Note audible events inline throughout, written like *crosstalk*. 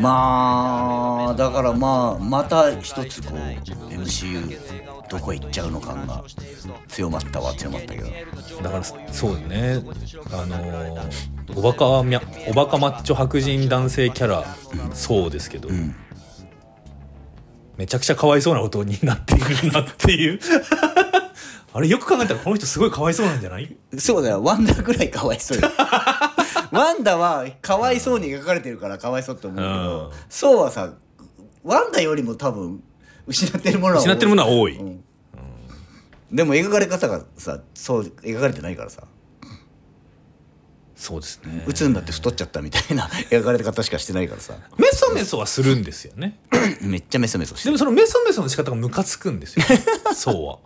まあだからまあまた一つこう MCU どこ行っちゃうの感が強まったは強まったけどだからそうよねあのーおバカみゃおバカマッチョ白人男性キャラ、そうですけど、んめちゃくちゃかわいそうなことになっているなっていう *laughs* あれよく考えたらこの人すごいかわいそうなんじゃないそうだよワンダぐらいかわいそう *laughs* よワンダはかわいそうに描かれてるからかわいそうって思うけど、うんそうはさワンダよりも多分失ってるものは多い失ってるものは多い、うんでも描かれ方がさそう描かれてないからさそうですね打つんだって太っちゃったみたいな *laughs* 描かれ方しかしてないから *laughs* さメソメソはするんですよねめっちゃメソメソしてでるもそのメソメソの仕方がムカつくんで *laughs* すよそ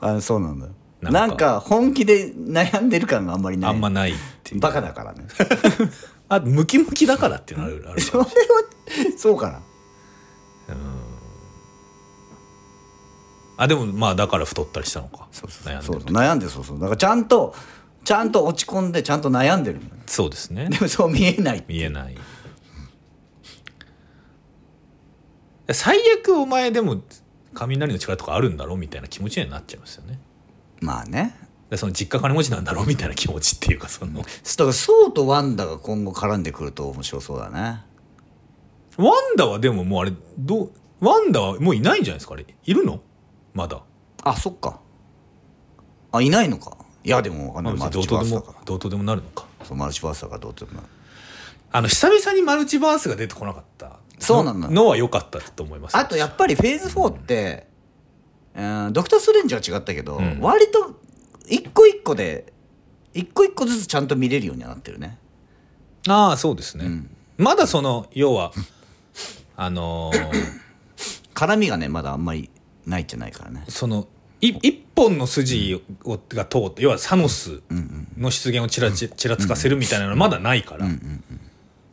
うはあそうなんだよななんんかか本気で悩んでる感があんまりないあんまないっていうバカだからねあムキムキだからっていうのあるあ *laughs* るそれはそうかなあでもまあだから太ったりしたのかそうそう悩んでそるう悩んでるそうそうだからちゃんとちゃんと落ち込んでちゃんと悩んでるのそうですねでもそう見えない見えない最悪お前でも雷の力とかあるんだろみたいな気持ちにはなっちゃいますよねまあねでその実家金持ちなんだろみたいな気持ちっていうかそだのからソウとワンダが今後絡んでくると面白そうだねワンダはでももうあれどうワンダはもういないんじゃないですかあれいるのまだあそっかあいないのかいやでもわかんまなあい別マにルどうチバースだとでもからどうとでもなるのかそうマルチバースだからどうとでもなるあの久々にマルチバースが出てこなかったそうなののは良かったと思いますあとやっぱりフェーズ4って、うん、ドクター・ストレンジは違ったけど、うん割と一個一個で一個一個ずつちゃんと見れるようにはなってるねああそうですね、うんまだその要はあの *laughs* ー絡みがねまだあんまりないじゃないからねそのい一本の筋をが通って要はサノスの出現をちらちちらつかせるみたいなのはまだないから、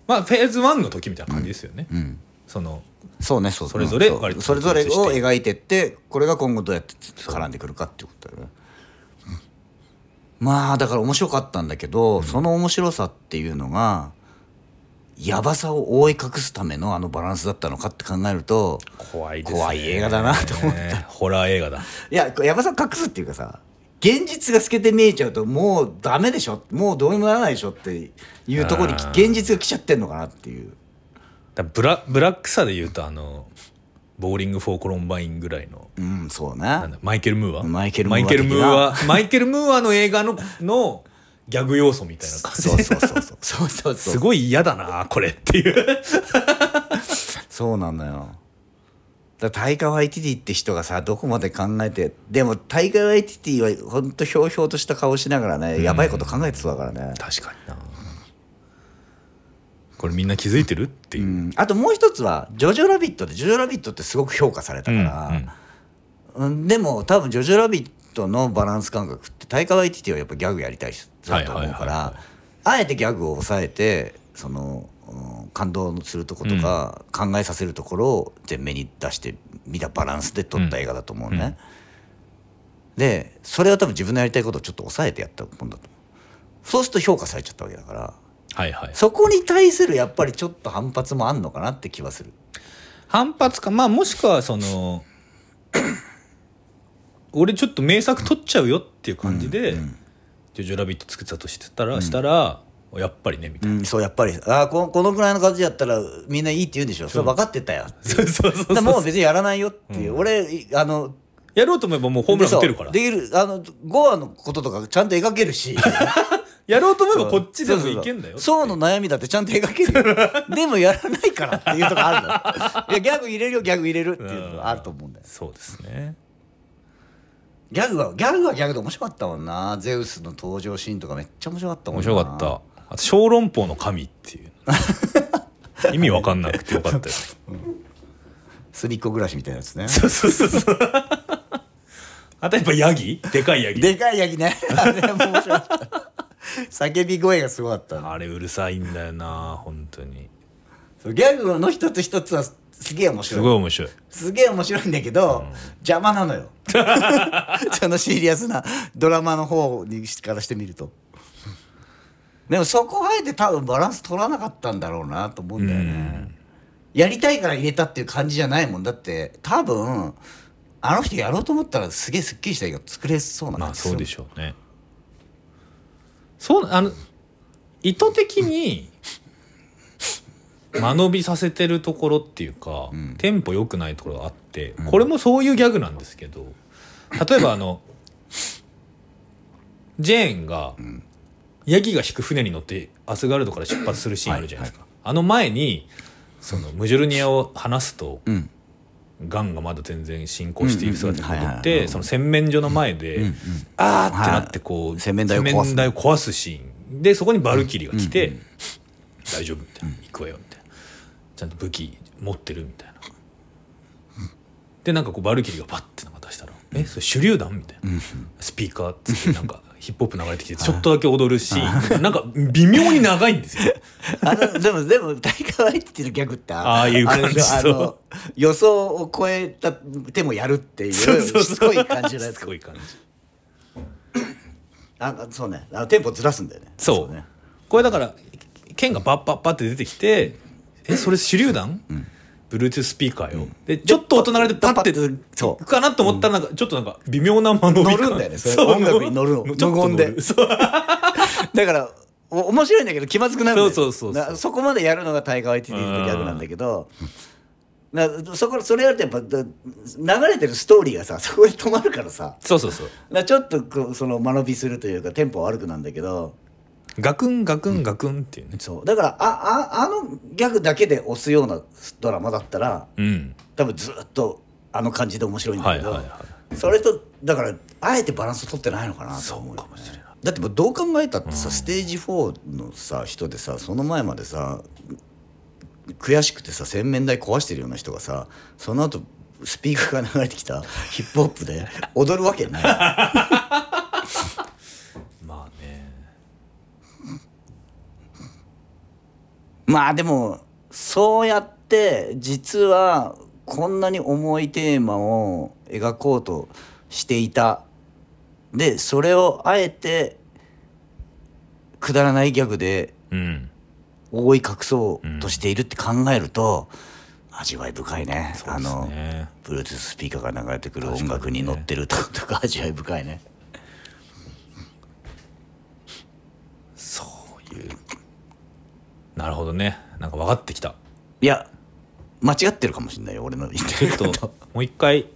まあフェーズ1の時みたいな感じですよね、うんそのそうねそうそれぞれうん割とそれぞれを統一して描いてってこれが今後どうやって絡んでくるかっていうことだよねまあだから面白かったんだけど、その面白さっていうのがやばさを覆い隠すためのあのバランスだったのかって考えると怖いですね怖い映画だなと思ったねホラー映画だいや、ヤバさを隠すっていうかさ、現実が透けて見えちゃうと、もうダメでしょ、もうどうにもならないでしょっていうところにきあ、ー現実が来ちゃってんのかなっていう。だブラブラックさで言うとあのボーリング・フォー・コロンバインぐらいのうん、そうなんね。だマイケル・ムーアマイケルムマーアイ的なケルムーアマイケルムーアの映画ののギャグ要素みたいな感じそうそうそうそう。そうそうそう。 *laughs* すごい嫌だなこれっていうそうなのよ。だからタイガー・ワイティティって人がさどこまで考えてでもタイガー・ワイティティはほんとひょうひょうとした顔しながらね、やばいこと考えてそうだからね、確かになこれみんな気づいてるっていうう、ん、あともう一つは「ジョジョ・ラビット」で「ジョジョ・ラビット」ってすごく評価されたうかんら、うんうん、でも多分「ジョジョラビット!」のバランス感覚ってタイカワイティティはやっぱギャグやりたい人だと思うかはいはいはいらあえてギャグを抑えてその、うん感動するとことか、考えさせるところを前面に出して見たバランスで撮った映画だと思うね。うんうんでそれは多分自分のやりたいことをちょっと抑えてやったもんだと思うそうすると評価されちゃったわけだからはいはいそこに対するやっぱりちょっと反発もあんのかなって気はする。反発かまあもしくはそ *coughs* の俺ちょっと名作取っちゃうよっていう感じで「ジョジョラビット!」作ったとしてたら、したらやっぱりねみたういん、そうやっぱりあーここのくらいの感じやったらみんないいって言うんでしょそれ分かってたよな、 *laughs* そうそうそうでもう別にやらないよっていう、俺いあのやろうと思えばもうホームラン打てるからでそうできるあのゴアのこととかちゃんと描ける *laughs* しやろうと思えばこっちでもいけんだよそうそうそうそうの悩みだってちゃんと描けるよでもやらないからっていうとこ *laughs* あるのいやギャグ入れるよギャグ入れるっていうのがあると思うんだよそうですねギャグはギャグはギャグで面白かったもんなゼウスの登場シーンとかめっちゃ面白かったも面んな白かったあと小籠包の神って *laughs* いう意味わかんなくてよかったよ隅っこ暮らしみたいなやつねそうそうそうそう。あとやっぱヤギでかいヤギ。でかいヤギね *laughs* あれも面白かった叫び声がすごかったあれうるさいんだよな本当に。そうギャグの一つ一つはすすげえ面す白いごい面白い。すげえ面白いんだけど、邪魔なの *laughs* よそのシリアスなドラマの方にしからしてみるとでもそこあえて多分バランス取らなかったんだろうなと思うんだよね。やりたいから入れたっていう感じじゃないもんだって多分あの人やろうと思ったらすげえすっきりした映画作れそうなま感あじするそうでしょうねそうあの意図的に間延びさせてるところっていうか、テンポ良くないところがあってこれもそういうギャグなんですけど例えばあのジェーンがヤギが引く船に乗ってアスガルドから出発するシーンあるじゃないですか、あの前にそのムジョルニアを話すとうんがんがまだ全然進行している姿に戻うんうんはいっはいはいはていその洗面所の前で、あーってなってこう、はい洗面台を壊す洗面台を壊すシーンでそこにバルキリーが来て、大丈夫みたいな行くわよみたいなちゃんと武器持ってるみたいな、でなんかこうバルキリーがパッてなんか出したら「えそれ手榴弾?」みたいな、スピーカーっつってな *laughs* んかヒップホップ流れてきてちょっとだけ踊るシーンなんか微妙に長いん *laughs* ですよあのでもでも大会入ってるギャグってああいう感じあそうのあの予想を超えたでもやるっていう *laughs* そうそうそうしつこい感じじゃないですすかごい感じあそうねあのテンポずらすんだよねそうねこれだから剣がバッバッバッって出てきて「えそれ手榴弾、ブルートゥースピーカーよ、でちょっと大人れでパッてパッてそう行くかなと思ったらなんかちょっとなんか微妙な間延び感乗るんだよねそれ音楽に乗るの *laughs* ちょっと乗無言でるそだうからお面白いんだけど気まずくなるんだよそうそうそうそうなそこまでやるのが大会 YTT のギャグなんだけどなそこそれやるとやっぱだ流れてるストーリーがさそこで止まるからさそうそうそうなちょっとこうその間延びするというかテンポ悪くなんだけどガクンガクンガクンっていうねそうだからあああのギャグだけで押すようなドラマだったらうん多分ずっとあの感じで面白いんだはいけはいど、はそれとだからあえてバランス取ってないのかなと思うよね、だってもうどう考えたってさ、ステージ4のさ人でさその前までさ悔しくてさ洗面台壊してるような人がさその後スピーカーが流れてきたヒップホップで踊るわけないいまあねまあでもそうやって実はこんなに重いテーマを描こうとしていたでそれをあえてくだらないギャグでうん覆い隠そうとしているって考えると、味わい深いねそうあですのね Bluetooth スピーカーが流れてくる確か音に楽にね乗ってるととか味わい深いねそういうなるほどねなんか分かってきた *laughs* いや間違ってるかもしれないよ俺の言ってちょるっことともう一回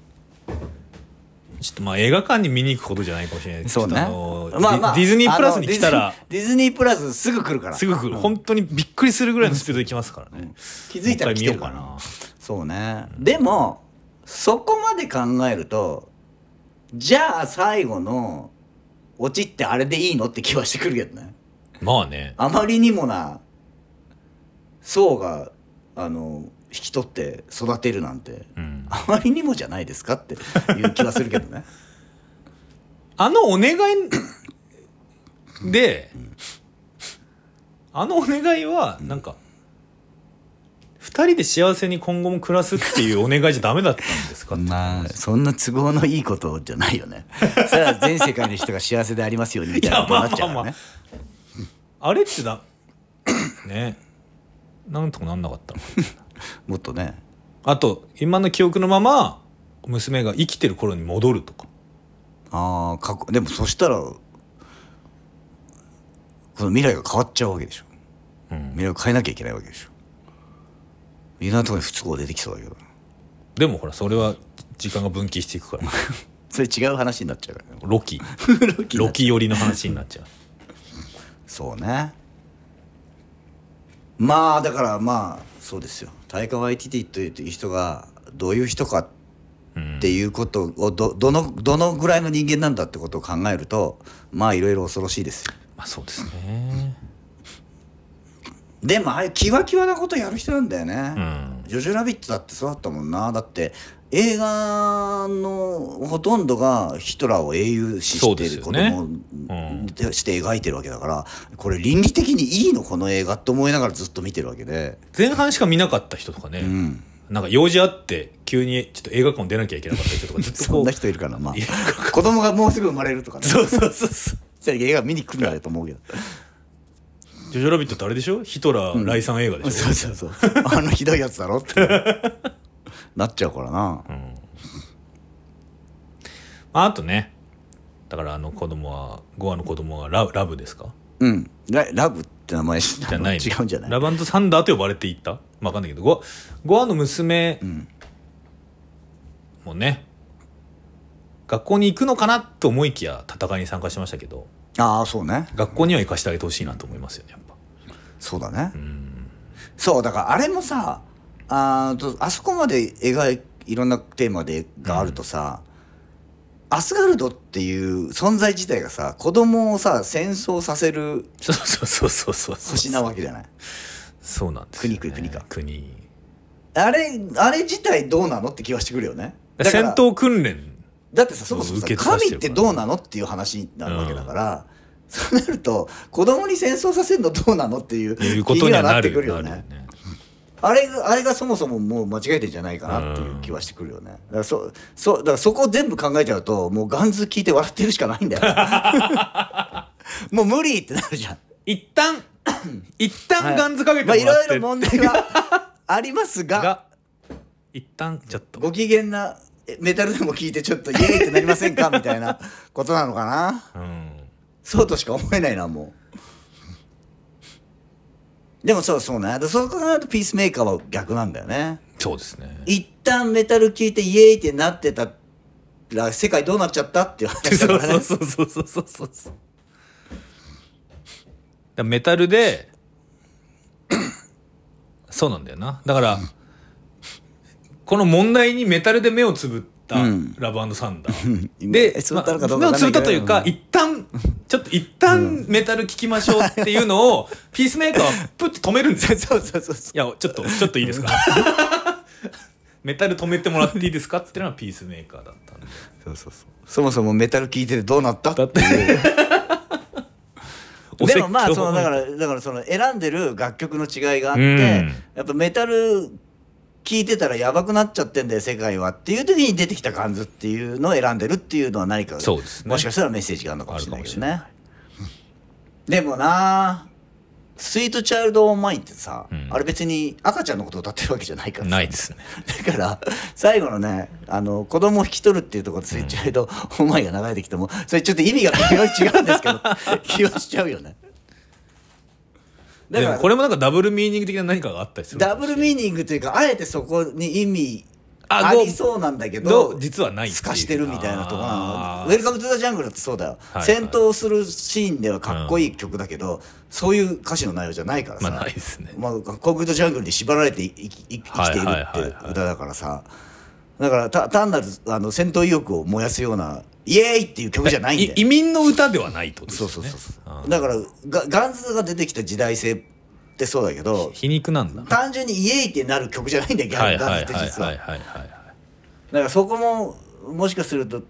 ちょっとまあ映画館に見に行くことじゃないかもしれないですそうねちょっとあのディディズニープラスに来たあのらディズディズニープラスすぐ来るからすぐ来る本当にびっくりするぐらいのスピードで来ますからね、気づいたら来てるからそうねでもそこまで考えるとじゃあ最後のオチってあれでいいのって気はしてくるけどねまあねあまりにもな層があの引き取って育てるなんてうんあまりにもじゃないですかっていう気はするけどねあのお願いで、あのお願いはなんか、二人で幸せに今後も暮らすっていうお願いじゃダメだったん *laughs* ですかってまあそんな都合のいいことじゃないよね *laughs* それは全世界の人が幸せでありますようにみたいなことになっちゃうからいやまあまあねまあれってだねなんとかなんなかったのもっとねあと今の記憶のまま娘が生きてる頃に戻るとかああ過去でもそしたらこの未来が変わっちゃうわけでしょ、うん未来を変えなきゃいけないわけでしょいろんなところに不都合出てきそうだけどでもほらそれは時間が分岐していくからそれ違う話になっちゃう *laughs* からねロキロキロキ寄りの話になっちゃうそうねまあだからまあそうですよタイカ・ワイティティという人がどういう人かっていうことをどどのどのぐらいの人間なんだってことを考えるとまあいろいろ恐ろしいですよまあそうですねでもああいうキワキワなことやる人なんだよね、うんジョジョラビットだってそうだったもんなだって映画のほとんどがヒトラーを英雄視そしうでていするよ子ね供でして描いてるわけだから、これ倫理的にいいのこの映画って思いながらずっと見てるわけで前半しか見なかった人とかね、んなんか用事あって急にちょっと映画館出なきゃいけなかった人とかずっとそこんうな人いるからまあ子供がもうすぐ生まれるとかねそうそうそうそうじゃあ映画見に来るんだよと思うけどジョジョラビットってあれでしょヒトラー来賛映画でしょ、そうそうそうあのひどいやつだろってなっちゃうからな、まあ、あとねだからあの子供はゴアの子供はララブですかうんララブって名前じじゃないの違うんじゃないラバンドサンダーと呼ばれていった、まあ、分かんないけどゴアゴアの娘もね、学校に行くのかなと思いきや戦いに参加しましたけどああそうね学校には行かしてあげてほしいなと思いますよねやっぱそうだね、うんそうだからあれもさあーとあそこまで描いいろんなテーマでがあるとさ、アスガルドっていう存在自体がさ子供をさ戦争させるそうそうそうそうそう星なわけじゃないそうなんですよ、ね、国国国か国あれあれ自体どうなのって気はしてくるよねだか戦ら闘訓練だってさそもそもさ受けさせ神てるっかてらねどうなのっていう話になるわけだから、そうなると子供に戦争させるのどうなのっていうい気うことににははななってるくるよなるね。あれがあれがそもそももう間違えてんじゃないかなっていう気はしてくるよね。だからそそだからそこを全部考えちゃうともうガンズ聞いて笑ってるしかないんだよ。 *laughs* もう無理ってなるじゃん。一 *clears throat* 旦一旦ガンズかけてもまらあっいて、ろいろ問題がありますが *laughs* が一旦ちょっとご機嫌なえメタルでも聞いてちょっとイエーイってなりませんかみたいなことなのかな。うんそうとしか思えないなもうでもそうそうねでそう考えるとピースメーカーは逆なんだよねそうですね一旦メタル聞いてイエーイってなってたら世界どうなっちゃったっていう話だそかうらねそうそうそうそうそうそうだからメタルで *clears throat* そうなんだよなだからこの問題にメタルで目をつぶったうんラブサンダー、今でえ、つぶったのかまどあうか目わをかんつないぶっけどたというか、一旦、ちょっと一旦メタル聞きましょうっていうの *laughs* を、ピースメーカーはプッて止めるんですよ。そうそうそうそいや、ちょっと、ちょっといいで *laughs* すかメタル止めてもらっていいですかっていうのはピースメーカーだったんで。うそうそうそもそもメタル聞いててどうなったっていうお *laughs* でもまあ説そ教のだからだからその選んでる楽曲の違いがあって、うんやっぱメタル聞いてたらやばくなっちゃってんだよ世界はっていう時に出てきた感じっていうのを選んでるっていうのは何かそうですねもしかしたらメッセージがあるのかもしれないけどあねでもなスイートチャイルド・オン・マインってさ、うんあれ別に赤ちゃんのことを歌ってるわけじゃないからさないですね。だから最後のねあの子供を引き取るっていうところでスイッチャイドお前が流れてきてもそれちょっと意味が微妙に違うんです *laughs* けど気はしちゃうよねだでかもらこれもなんかダブルミーニング的な何かがあったりするダブルミーニングというかあえてそこに意味ああごりそうなんだけどど実はないっていう透かしてるみたいなとこなあのウーェルカム・トゥ・ザ・ジャングルってそうだよ、はい戦闘するシーンではかっこいい曲だけど、そういう歌詞の内容じゃないからさ、まあないですね。まあ、コンクリートジャングルに縛られていいい生きているはいはいはいっはてい歌だからさだからた単なるあの戦闘意欲を燃やすような「イエーイ!」っていう曲じゃないんいだ移よ民の歌ではないってことですそようね。そうそうそうあーだからガガンズが出てきた時代性ってそうだけど皮肉なんだな。単純に「イエーイ!」ってなる曲じゃないんだよガンガンズって実はだはいはい。からそこももしかすると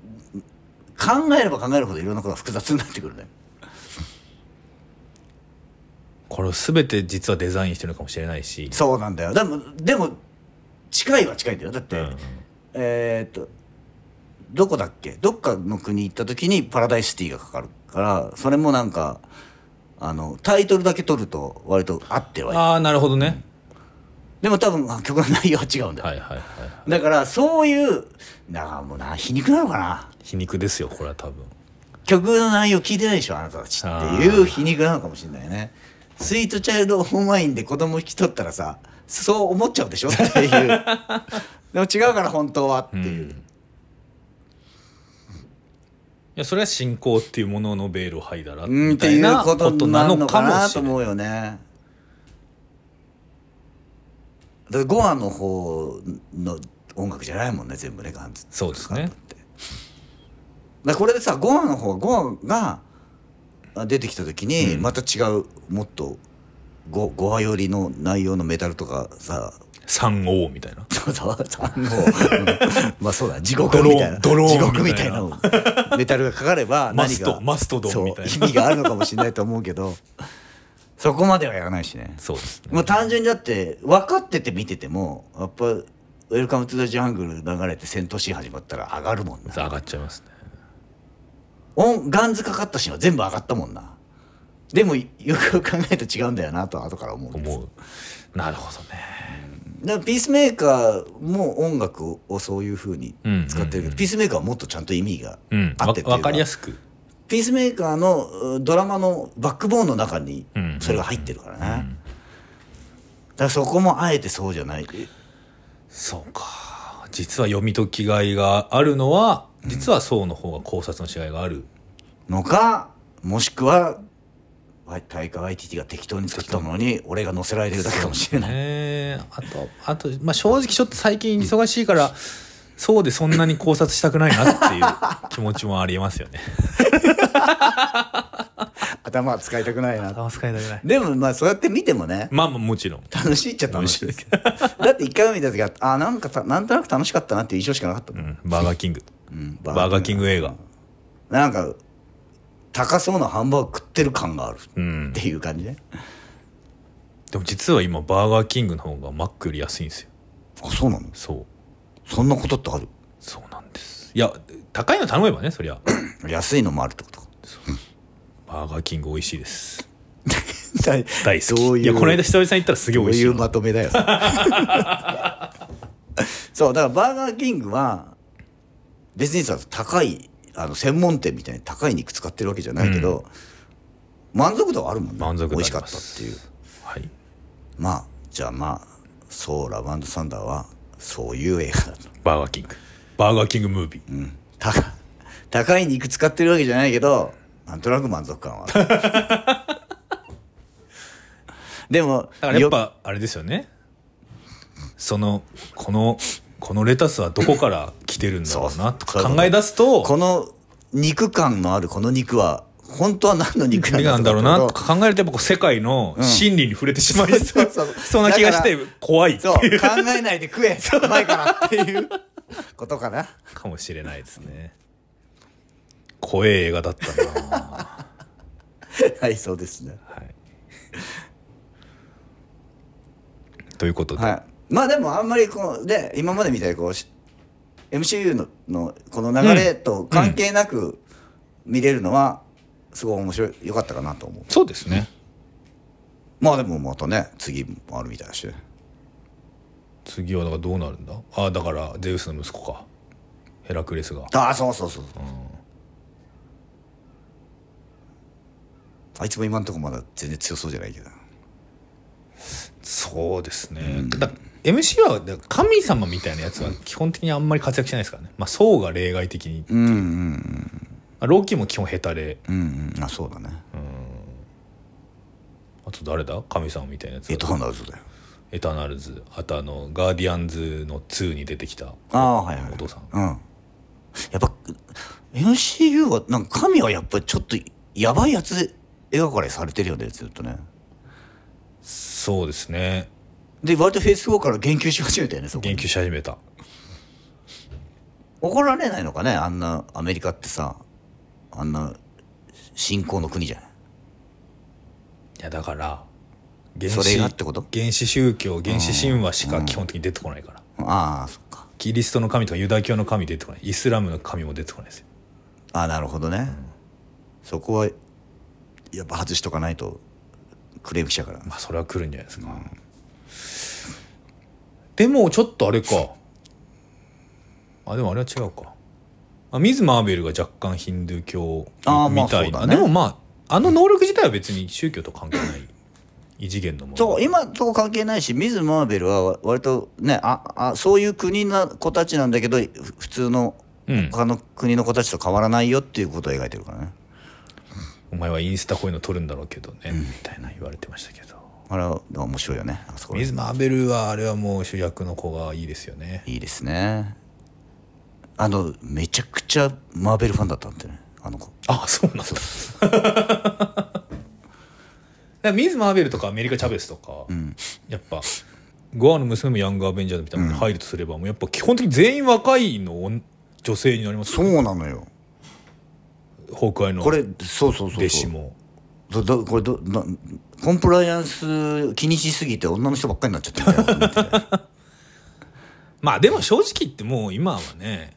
考えれば考えるほどいろんなことが複雑になってくるねこれを全て実はデザインしてるのかもしれないし。そうなんだよでもでも近いは近いんだよだって、うんえーっとどこだっけどっかの国行った時に「パラダイスシティ」がかかるからそれもなんかあのタイトルだけ取ると割と合ってはいるああ、なるほどね。でも多分あ曲の内容は違うんだよ、はいはいはい。だからそういうなんかもうな皮肉なのかな皮肉ですよ、これは多分。曲の内容聞いてないでしょあなたたちっていう皮肉なのかもしれないねスイートチャイルド・オン・マインで子供引き取ったらさそう思っちゃうでしょっていうでも違うから本当はっていう、うんいや、それは信仰っていうもののベールを剥いだら、うん、っみてたいいうなここととにななるののかかもなしとれ思なうい。よね。だからゴアの方の音楽じゃないもんね全部ねガンズそうですねだからこれでさゴアの方はゴアがあ出てきた時にうんまた違う、もっとゴゴア寄りの内容のメタルとか *laughs* さ三王みたいな。そうそうあの *laughs* うんまあそうだ地獄みたいなドローン地ドロー獄ンみみたたいいななメタルがかかれば *laughs* マ何スかトマストドンみたいなそう意味があるのかもしれないと思うけどそこまではやらないしねそうですね。もう単純にだって分かってて見ててもやっぱ「ウェルカム・トゥ・ザ・ジャングル」流れて戦闘シーン始まったら上がるもんな上がっちゃいますね。音ガンズかかったシーンは全部上がったもんなでもよくよく考えたら違うんだよなと後から思うけど思うなるほどねだからピースメーカーも音楽をそういうふうに使ってるけど、うんうんうんピースメーカーはもっとちゃんと意味がうんあわってっていうか,、分かりやすくピースメーカーのうドラマのバックボーンの中にうんそれが入ってるからね、うんだからそこもあえてそうじゃないそうか実は読み解きがいがあるのは実は層の方が考察の違いがある、のかもしくはタイカ YTT が適当に作ったものに俺が載せられてるだけかもしれない、ねあとあと、まあ、正直ちょっと最近忙しいからそうでそんなに考察したくないなって *laughs* いう気持ちもありますよね頭は使いたくないな頭使いたくないでもまあそうやって見てもねまあまあもちろん楽しいっちゃ楽しいですけどだって一回見た時はあなんかたなんとなく楽しかったなっていう印象しかなかったも、うんん、バーガーキングうんバーガーキング映画なんか高そうなハンバーグ食ってる感があるうんっていう感じね、でも実は今バーガーキングの方がマックより安いんですよあそうなのそうそんなことってあるそうなんですいや高いの頼めばねそり *coughs* ゃ安いのもあるってことかバーガーキング美味しいです大大好 *laughs* きどういういやこの間久々に行ったらすげえど美う味しいいうのまとめだ *laughs* よそうだからバーガーキングは別にさ高いあの専門店みたいに高い肉使ってるわけじゃないけど、満足度はあるもんね満足度あ美りま味すしかったっていうはいまあじゃあまあそうラバンドサンダーはそういう映画だと、バーガーキングバーガーキングムービーうん、高高い肉使ってるわけじゃないけどなんとなく満足感はある *laughs* でもだからやっよぱあれですよねそのこのこのレタスはどこから来てるんだろうなとそうそうそういうことか考え出すとこの肉感のあるこの肉は本当は何の肉何なんだろうなととかか考えるとやっぱこう世界の真理に触れてしまいそそう,、うそうそうな気がしてだ怖いってそう考いえうないで食 *laughs* えうまいからっていうことかなかもしれないですね怖え映画だった *laughs* な、 *laughs* はいそうですねはい、ということで、はい、まあでもあんまりこうで今までみたいにこうし MCU ののこの流れと関係なく見れるのはすごい面白いよかったかなと思うそうですねまあでもまたね次もあるみたいだしね次はだからどうなるんだああだからゼウスの息子かヘラクレスがああそうそうそう、あいつも今んとこまだ全然強そうじゃないけどそうですね、だ MC はだ神様みたいなやつは基本的にあんまり活躍しないですからね、まあ、そうが例外的に、うんうんまあ、ロキも基本ヘタレうんうんあそうだねあと誰だ神様みたいなやつエトだファンダーズだよエターナルズあとあのガーディアンズの2に出てきたああはいはいお父さんうんやっぱ MCU はなんか神はやっぱりちょっとやばいやつ描かれされてるよねずっとねそうですねで割とフェイス4から言及し始めたよねそこ言に及し始めた怒られないのかねあんなアメリカってさあんな新興の国じゃないいやだから原それがってこと原始宗教原始神話しか基本的に出てこないから、ああそっかキリストの神とかユダ教の神出てこないイスラムの神も出てこないですよああなるほどね、そこはやっぱ外しとかないとクレーム来ちゃうからまあそれは来るんじゃないですか、でもちょっとあれかあでもあれは違うかあミズ・マーベルが若干ヒンドゥー教あーまあみたいそうな、だねでもまああの能力自体は別に宗教と関係ない異次元のものそう今とこ関係ないしミズ・マーベルは割とねああそういう国の子たちなんだけどふ普通のうん他の国の子たちと変わらないよっていうことを描いてるからねお前はインスタこういうの撮るんだろうけどね、みたいな言われてましたけどあれは面白いよねあそこミズ・マーベルはあれはもう主役の子がいいですよねいいですねあのめちゃくちゃマーベルファンだったんだよねあの子あそうなんだだ *laughs* からミズ・マーベルとかアメリカ・チャベスとか、やっぱゴアの娘もヤング・アベンジャーズみたいなのに入るとすれば、もうやっぱ基本的に全員若いの女女性になりますよそうなのよホークアイのこ弟れそうそうそう子そうもどどこれどなコンプライアンス気にしすぎて女の人ばっかりになっちゃったみたいなまあでも正直言ってもう今はね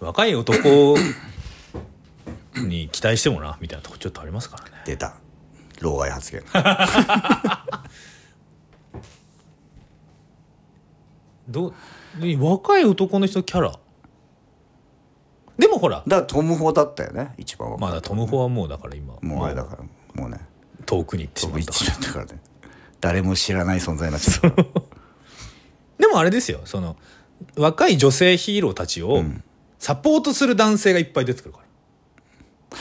若い男に期待してもなみたいなとこちょっとありますからね出た *laughs* 老害 *laughs* 発言ど若い男の人キャラでもほらだからトム・ホだったよね一番は、まだトム・ホはもうだから今もうあれだからもうね遠くに行ってし飛まびっ行たっちゃったからね誰も知らない存在になっちゃ *laughs* ったからでもあれですよその若い女性ヒーローたちをサポートする男性がいっぱい出てくるか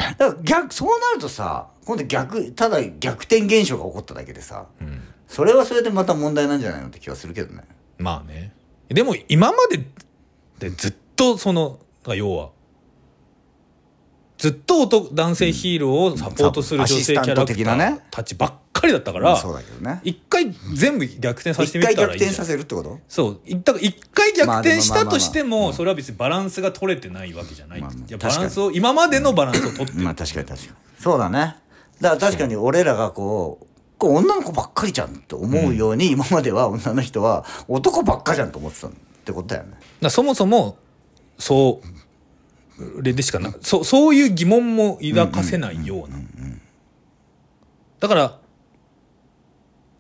らだから逆そうなるとさ今度逆ただ逆転現象が起こっただけでさ、それはそれでまた問題なんじゃないのって気はするけどねまあねでも今まででずっとそのだから要はずっと男男性ヒーローをサポートするうん女性キャアシスタラントクタ的なねーたちばっかりだったかまらあそうだけどね一回全部逆転させて一み回たら逆いいじゃ転んさせるってことそういだから一回逆転したとしまてあでもまあまあまもそれは別にバランスが取れてないわけじゃない,、まあまあいやバランスを今までのバランスを取ってる、まあ確かに確かにそうだねだから確かに俺らがこうこう女の子ばっかりじゃんと思うように、今までは女の人は男ばっかじゃんと思ってたってことだよねだからそもそもそうれでしかなそそういう疑問も抱かせないようなだから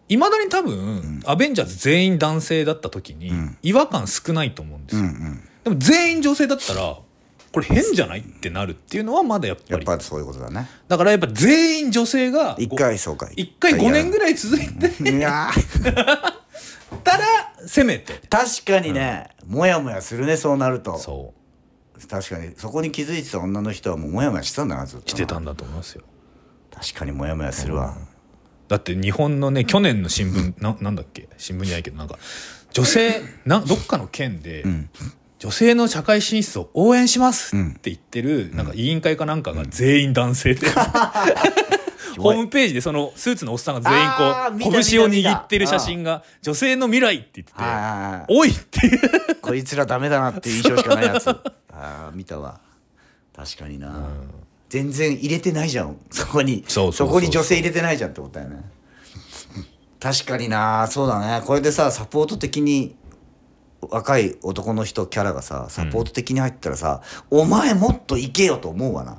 いまだに多分、アベンジャーズ全員男性だった時に、違和感少ないと思うんですよ、でも全員女性だったらこれ変じゃないってなるっていうのはまだやっぱやっりぱりそういうことだねだからやっぱ全員女性が一回そうか一回5年ぐぐらい続いてらいいやーたらせめて確かにね、もやもやするねそうなるとそ確かにそこに気づいてた女の人はもうモヤモヤしてたんだなずっとうしてたんだと思いますよ確かにモヤモヤするわ、だって日本のね去年の新聞ななんだっけ新聞じゃないけどなんか女性などっかの県で、女性の社会進出を応援しますって言ってる、なんか委員会かなんかが全員男性 *laughs* で、ホームページでそのスーツのおっさんが全員あー見こたう見た拳を握ってる写真が女性の未来って言っててはいはいはい「おい!」っていうこいつらダメだなっていう印象しかないやつああ見たわ確かにな、全然入れてないじゃんそこにそうそうそうそこうに女性入れてないじゃんってことだよね確かになそうだねこれでさサポート的に若い男の人キャラがさサポート的に入ったらさ、お前もっといけよと思うわな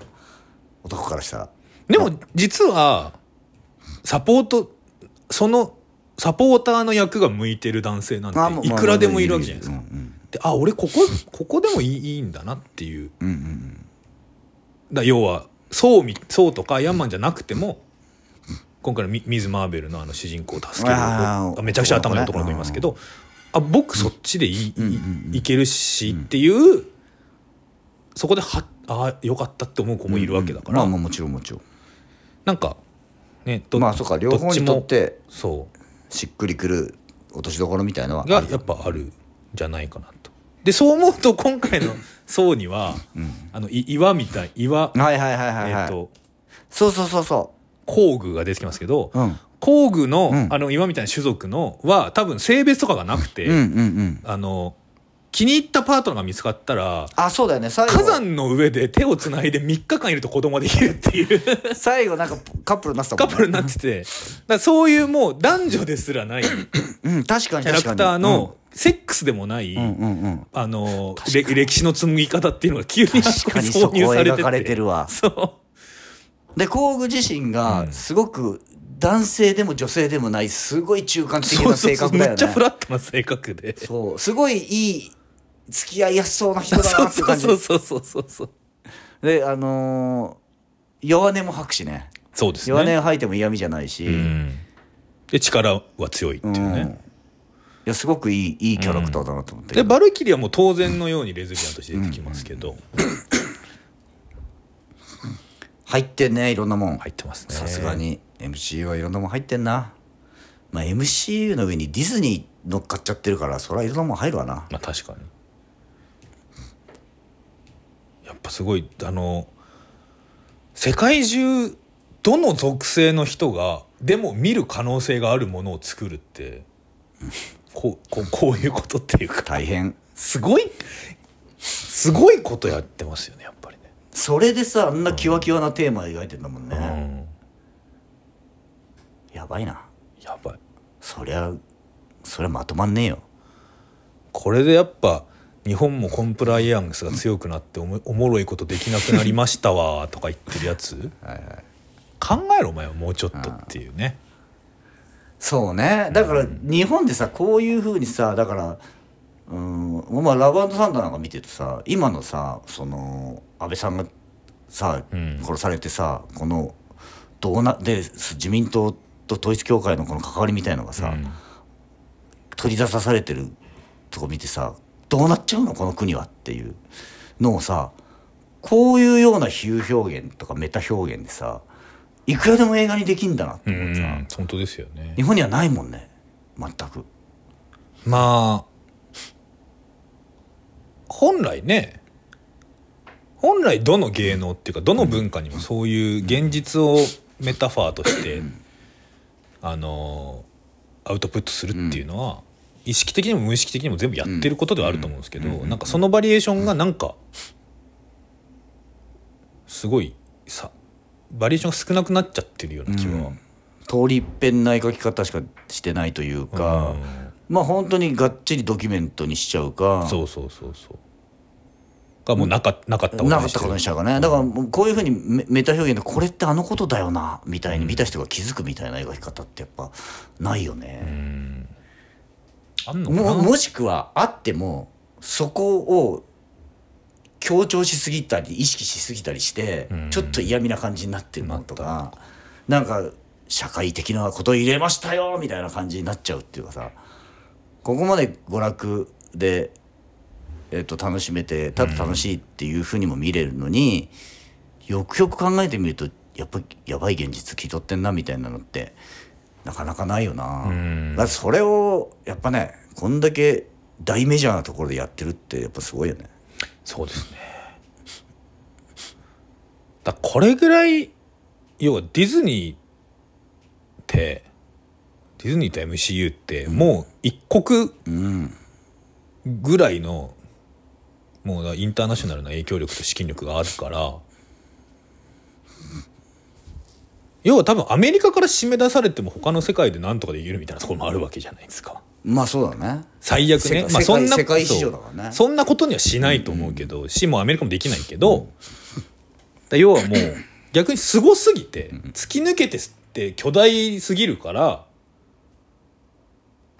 男からしたらでも実はサポートそのサポーターの役が向いてる男性なあんもうていくらでもいるわけじゃないですかう。んであ俺ここここでもいいいいんだなっていううんうんうんだ要はそうみそうとかヤンマンじゃなくても今回のミミズ・マーベルのあの主人公を助けるあーめちゃくちゃ頭のいい男の子いますけどあ僕そっちでいい,い、んうんうんいけるしっていうそこではあーよかったって思う子もいるわけだから、まあまあもちろんもちろんなんかねどまあそうか両方にとどっちもてそうしっくりくる落としどころみたいのはあがるやっぱあるんじゃないかなと。でそう思うと今回 *laughs* の層には、あのい岩みたい岩、はいはいはいはい、えはいー、とそうそうそうそ工具が出てきますけど、う、うん、工具の,、うんあの今みたいな種族のは多分性別とかがなくて、うんうんうんあの気に入ったパートナーが見つかったらあそうだよね最火後山の上で手をつないで3日間いると子供できるっていう *laughs* 最後なんかカップルになってたカもん、ップルになっててだからそういうもう男女ですらないキうん確かにャラ確かにクターのセックスでもない、うんうんうんうんあのれ歴史の紡ぎ方っていうのが急に確かにそこ描かれてるるわそで工具自身うがんすごく男性でも女性でもないすごい中間う的そうなそう性そう格だめよっねちゃフそうラットな性格ですごいいい付き合いやすそうな人だそなうってそ感うじそうそうそうそうそうであのー弱音も吐くしねそうですね弱音吐いても嫌味じゃないし、うんで力は強いっていうね、うんいやすごくいいいいキャラクターだなと思って、でバルキリーはもう当然のようにレズビアンとして出てきますけど、入ってんねいろんなもん入ってますねさすがに MCU はいろんなもん入ってんなまあ MCU の上にディズニー乗っかっちゃってるからそりゃいろんなもん入るわなまあ確かにやっぱすごいあの世界中どの属性の人がでも見る可能性があるものを作るってこうこうこういうことっていうか大変すごいすごいことやってますよねやっぱりね。それでさあんなキワキワなテーマ描いてんだもんうね、んやばいなやばいそりゃそりゃまとまんねえよこれでやっぱ日本もコンプライアンス *laughs* が強くなっておもおもろいことできなくなりましたわとか言ってるやつ考えろお前はもうちょっとっていうねそうねだから日本でさこういうふうにさだからうんまあラブサンダーなんか見ててさ今のさその安倍さんがさうん殺されてさ、このどうなで自民党と統一教会のこの関わりみたいのがさ、うん取り出さされてるとこ見てさどうなっちゃうのこの国はっていうのをさこういうような比喩表現とかメタ表現でさいくらでも映画にできんだなってう思うさ、ん本当ですよね日本にはないもんね全くまあ本来ね本来どの芸能っていうかどの文化にもそういう現実をメタファーとしてあのアウトプットするっていうのは意識的にも無意識的にも全部やってることではあると思うんですけどうんなんかそのバリエーションがなんかすごいさバリエーションが少なくなっちゃってるような気は。通り一遍ない書き方しかしてないというか、うんまあ本当にがっちりドキュメントにしちゃうかそうそうそうそうがもうなかなかったことなかにっしてたることにしちゃうかねだからもうこういうふうにメメタ表現でこれってあのことだよなみたいに見た人が気づくみたいな描き方ってやっぱないよね、あんのかなももしくはあってもそこを強調しすぎたり意識しすぎたりして、んちょっと嫌味な感じになってるのとかなんか社会的なこと入れましたよみたいな感じになっちゃうっていうかさここまで娯楽で、えっと楽しめてただ楽しいっていうふうにも見れるのに、よくよく考えてみるとやっぱやばい現実聞いとってんなみたいなのってなかなかないよな、んだからそれをやっぱねこんだけ大メジャーなところでやってるってやっぱすごいよねそうですねだからこれぐらい要はディズニーってディズニーと MCU ってもう一国ぐらいの、もうだからインターナショナルな影響力と資金力があるから要は多分アメリカから締め出されても他の世界で何とかできるみたいなところもあるわけじゃないですか。まあそうだね最悪世ね界、まあ、そんな世界市場だからねそうそんなことにはしないと思うけど、しもうアメリカもできないけど、だ要はもう逆にすごすぎて突き抜けてって巨大すぎるから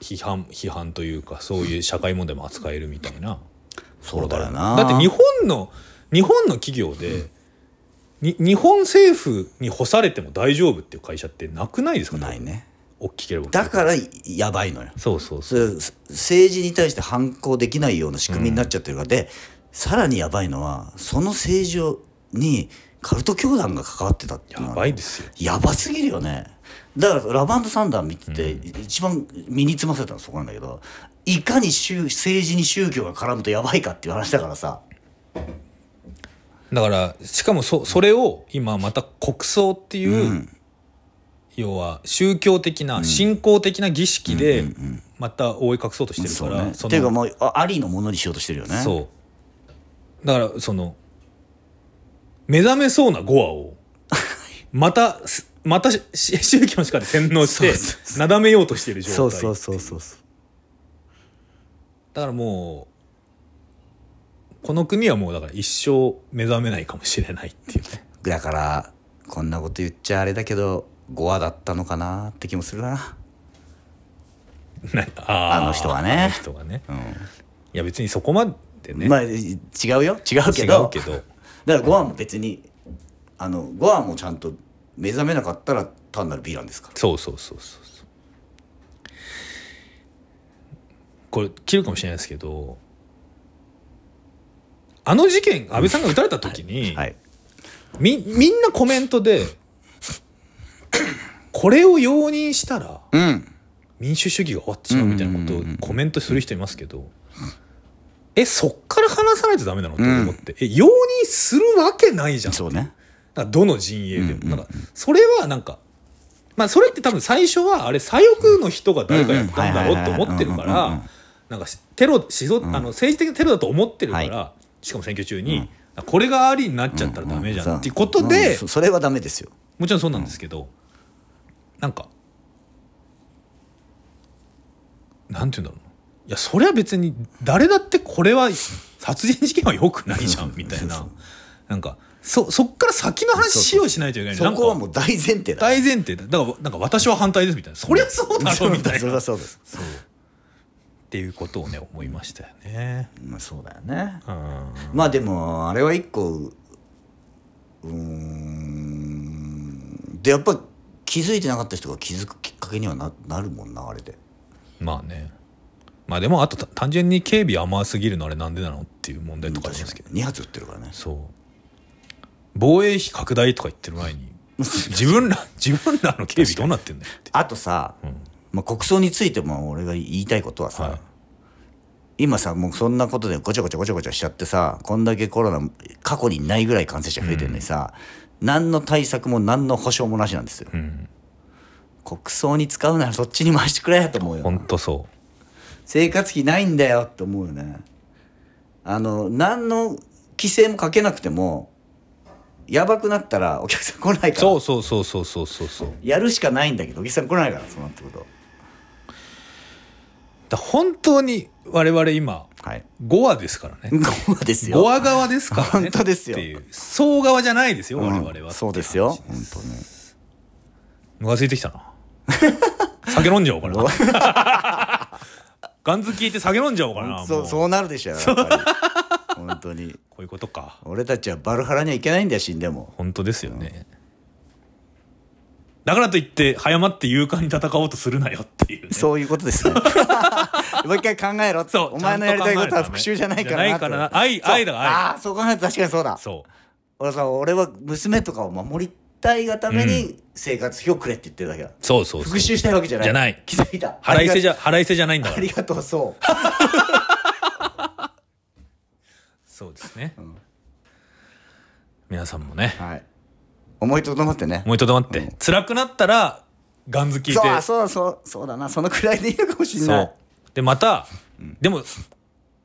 批判批判というかそういう社会問題も扱えるみたいなそうだよなだって日本の日本の企業で、に日本政府に干されても大丈夫っていう会社ってなくないですかないね大きければだからやばいのよそうそうそそうれ政治に対して反抗できないような仕組みになっちゃってるから、でさらにやばいのはその政治をにカルト教団が関わってたっていうやのはばいですよやばすぎるよねだからラバンドサンダー見てて、一番身につまされたのはそこなんだけどいかに宗政治に宗教が絡むとやばいかっていう話だからさだからしかもそそれを今また国葬っていう、要は宗教的な信仰的な儀式でまた覆い隠そうとしてるそかうら、ねそっていうかのもうあありのものにしようとしてるよねそうだからその目覚めそうな5話を *laughs* またすまたしし宗教の力で洗脳してそうそうなだめようとしてる状態そうそうそうそうそうだからもうこの国はもうだから一生目覚めないかもしれないっていうね *laughs* だからこんなこと言っちゃあれだけど5話だったのかなって気もするななあーあの人はねあの人がね、いや別にそこまでね、まあ違うよ違う違けうどけどだから5話も別にあの5話もちゃんと目覚めなかったら単なるヴィランですからそうそうそうそうそうこれ切るかもしれないですけどあの事件安倍さんが撃たれた時に、はいみみんなコメントでこれを容認したらうん民主主義が終わってしまうみたいなことをコメントする人いますけど、えそっから話さないとダメなのって思って、え容認するわけないじゃんそうねなんかどの陣営でも、なんかそれはなんかまあそれって多分最初はあれ左翼の人が誰かやったんだろうと思ってるかうんうんらなんかしテロ思想あの政治的なテロだと思ってるから、はしかも選挙中に、これがありになっちゃったらダメじゃん、さあっていうことで、うんそそれはダメですよもちろんそうなんですけど、なんかなんて言うんだろうないやそれは別 *laughs* に誰だってこれは殺人事件はよくないじゃんみたいななんかそそっから先の話しようしないといけないそこはなんかもう大前提だ大前提だだからなんか私は反対ですみたいなそりゃそうだろうみたいそなりゃっそうです、ていうことをね思いましたよねまあ、そうだよねうんまあでもあれは一個うーんでやっぱ気づいてなかった人が気づくきっかけにはななるもんなあれでまあねまあでもあとた単純に警備甘すぎるのあれなんでなのっていう問題とかありますけど2発撃ってるからねそう防衛費拡大とか言ってる前に自 *laughs* 分ら自分らの警備どうなってんだよってあとさ、うんまあ、国葬についても俺が言いたいことはさ、はい今さもうそんなことでごちゃごちゃごちゃごちゃしちゃってさこんだけコロナ過去にないぐらい感染者増えてるのにさ、何の対策も何の保証もなしなんですよ、うん国葬に使うならそっちに回してくれやと思うほよんとそ生活費ないんだよって思うよねあの何の規制もかけなくてもやばくなったらお客さん来ないかうらそうそうそうそうそうそうそうやるしかないんだけどお客さん来ないからそうなってくるとだ本当に我々今はい5話ですからね5話ですよ5話側ですから本ね当ですよっていう総側じゃないですよ我々は、うんそうですよ本当にムカついてきたな酒飲んじゃおうかな *laughs* ガンズ聞いて酒飲んじゃおうかなそもううそうなるでしょやっぱり本当にこういうことか俺たちはバルハラにはいけないんだよ死んでも本当ですよね、だからといって早まって勇敢に戦おうとするなよっていうねそういうこと *laughs* ですねもう一回考えろそうお前のやりたいことは復ちゃんと考え讐るじゃないからじゃなないからなと愛そう愛だから愛ああそう考えると確かにそうだそう俺さ俺は娘とかを守りたいがために生活費をくれって言ってるだけだ、そうそう復そう讐したいわけじゃないじゃない気づいた腹いせじゃゃ腹いせじゃないんだかあらりがとうそうそうですね、皆さんもねはい思いとどまってね思いとどまって、辛くなったらガンズ聞いてそうあそうそうそうだなそのくらいでいいのかもしれそなういでまた、でも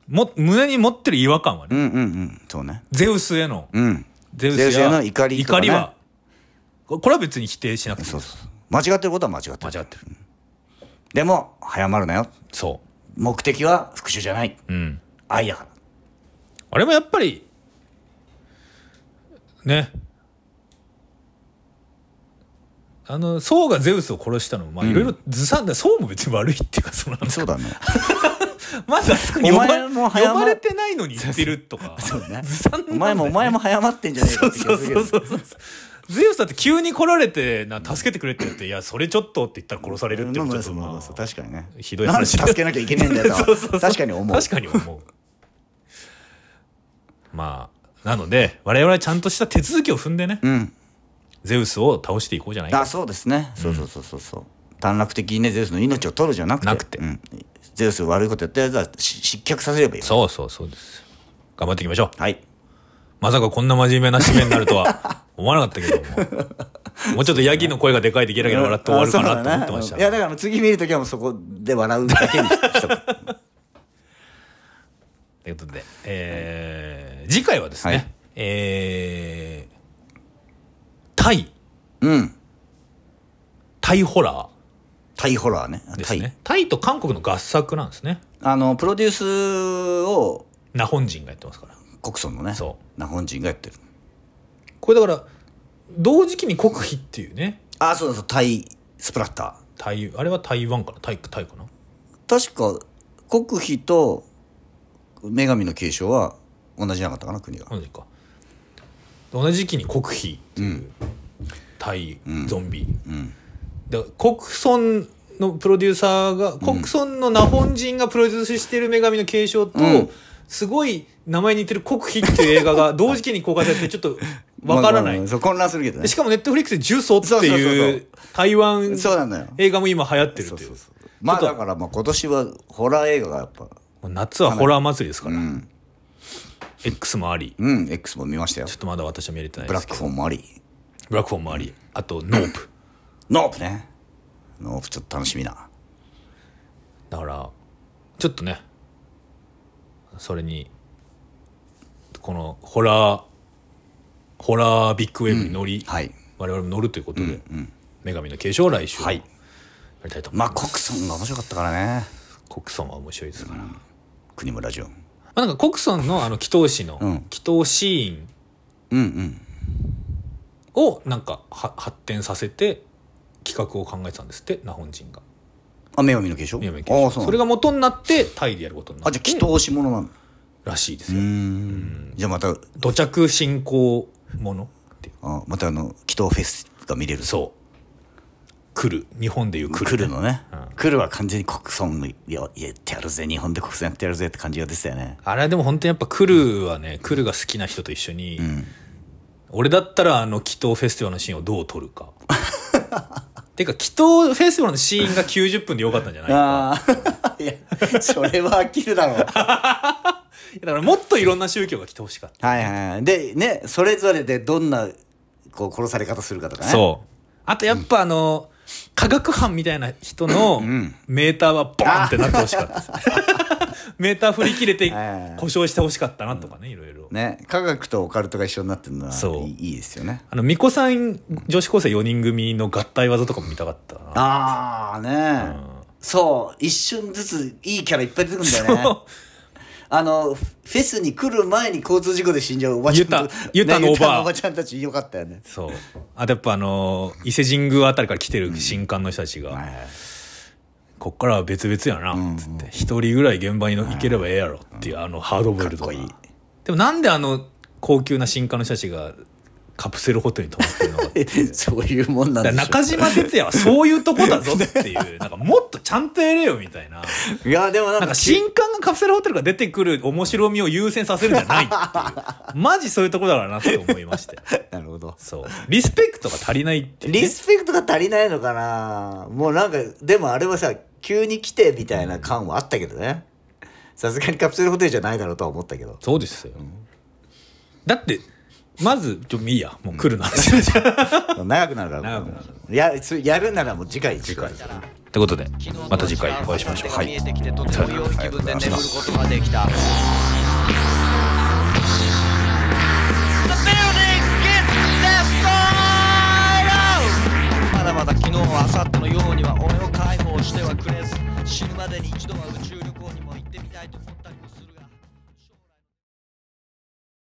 も胸に持ってる違和感はね、うんうんうんそうねゼウスへのうんゼウスゼやウスへの怒りとかねはここれは別に否定しなくていいそうですそう間違ってることは間違ってる間違ってるでも早まるなよそ目的は復讐じゃないううん愛だからあれもやっぱりねあの宋がゼウスを殺したのもまあいろいろずさんだ宋も別に悪いっていうかそのそうだね *laughs* まずあそこにお呼ば前も早ま呼ばれてないのに言ってると *laughs* かそうねずさんなんだよねお前もお前も早まってんじゃねえかそうって気そがうするそうそうそうゼウスだって急に来られてな助けてくれって言って「いやそれちょっと」って言ったら殺されるってけいうどのねはちょっとまあ確かにねひどいなんで話助けなきゃいけねえんだよ *laughs* そうそうそとう確かに思う確かに思うまあなので我々はちゃんとした手続きを踏んでね、んゼウスを倒していこうじゃないあかそうですねそうそうそうそうそう短絡的にねゼウスの命を取るじゃなくてなくてうんゼウス悪いことやったやつはし失脚させればいいそうそうそうです頑張っていきましょうはいまさかこんな真面目な締めになる *laughs* とは思わなかったけどももうちょっとヤギの声がでかいでゲラゲラ笑って終わるかなと思ってましあそうだたねいやだから次見るときはもうそこで笑うだけにしとくということで、えー次回はですね、はいえータイうんタイホラタイホラーねーでタすね、イタイと韓国の合作なんですねあのプロデュースをナホン人がやってますから国村のねそ日本人がやってるこれだから同時期に国費っていうねあそうだそうタイスプラッタ台あれは台湾かなタイタイかなー確か国費と女神の継承は同じじゃなかったかな国が、同じか同じ時期に国費っていう、タイゾンビ、んで国村のプロデューサーが国村のナホン人がプロデュースしてる女神の継承と、んすごい名前に似てる国費っていう映画が同時期に公開されてちょっとわかまあらない、まあまあそう混乱するけどでねしかもネットフリックスで「ジュソ」ってそうそういそうう台湾そうなのよ映画も今流行ってるそうといそううそうまあちょっとだからまあ今年はホラー映画がやっぱもう夏はホラー祭りですから、うん X もありうん X も見ましたよちょっとまだ私は見れてないブでラすッけクどフォンもありブラックホンもありあとノープノープねノープちょっと楽しみなだからちょっとねそれにこのホラーホラービッグウェーブに乗り、はい我々も乗るということで、女神の継承を来週はやいりたいと思いままあす、国村が面白かったからね国村は面白いですから、ま国村ジョンあ、なんか国村のあの祈祷師の、うん祈祷シーうンんうんをなんかは発展させて企画を考えてたんですってな本人があ目を見の化粧宮部あ健あそうそなんれだが元になってタイでやることになあっじてゃあ祈祷し物なのらしいですうーよんじゃあまた土着信仰ものっていうあまたあの祈祷フェスが見れるそう来る日本でいう来る来るのねうん来るは完全に国村ややってやるぜ日本で国村やってやるぜって感じが出てたよねあれはでも本当にやっぱ来るはね来るが好きな人と一緒に、うん俺だったらあの祈祷フェスティバルのシーンをどう撮る *laughs* かてか祈祷フェスティバルのシーンが90分でよかったんじゃないかああ *laughs* いやそれは飽きるだ *laughs* ろうだからもっといろんな宗教が来てほしかったはいはいはいでねそれぞれでどんなこう殺され方するかとかねそうあとやっぱあの、科学班みたいな人のメーターはボーンってなってほしかったです *laughs* メーター振り切 *laughs* れてはい故障してほしかったなとかねいろいろね科学とオカルトが一緒になってるのはそういいいいですよねあの巫女さん女子高生4人組の合体技とかも見たかったなああね、そう一瞬ずついいキャラいっぱい出てくるんだよねそうあのフェスに来る前に交通事故で死んじゃうおばちゃんとユタユタのおばあねユタおばちゃんたちよかったよね、そうあとやっぱあの伊勢神宮あたりから来てる神官の人たちが、こっからは別々やなっつって一、人ぐらい現場に行ければええやろっていうあのハードボイルドかなっこいいでもなんであの高級な新刊の人たちがカプセルホテルに泊まってるのか *laughs* だかそういうもんなんでらしょ中島哲也はそういうとこだぞって *laughs* いうなんかもっとちゃんとやれよみ *laughs* たいなういやでもなんかなんか新刊がカプセルホテルが出てくる面白みを優先させるんじゃないっていうマジそういうとこだからなって思いましてなるほどそうリスペクトが足りないっていうねリスペクトが足りないのかなもうなんかでもあれはさ急に来てみたいな感はあったけどねさすがにカプセルホテルじゃないだろうとは思ったけ *laughs* どそうですよ、だってまずちょいいやもう来る *laughs* な話、じゃあ長くなるから長くなるやすやるならもう次回次回ってことでまた次回お会いしましょう。はい。見えてきてとても良い気分で眠ることができた。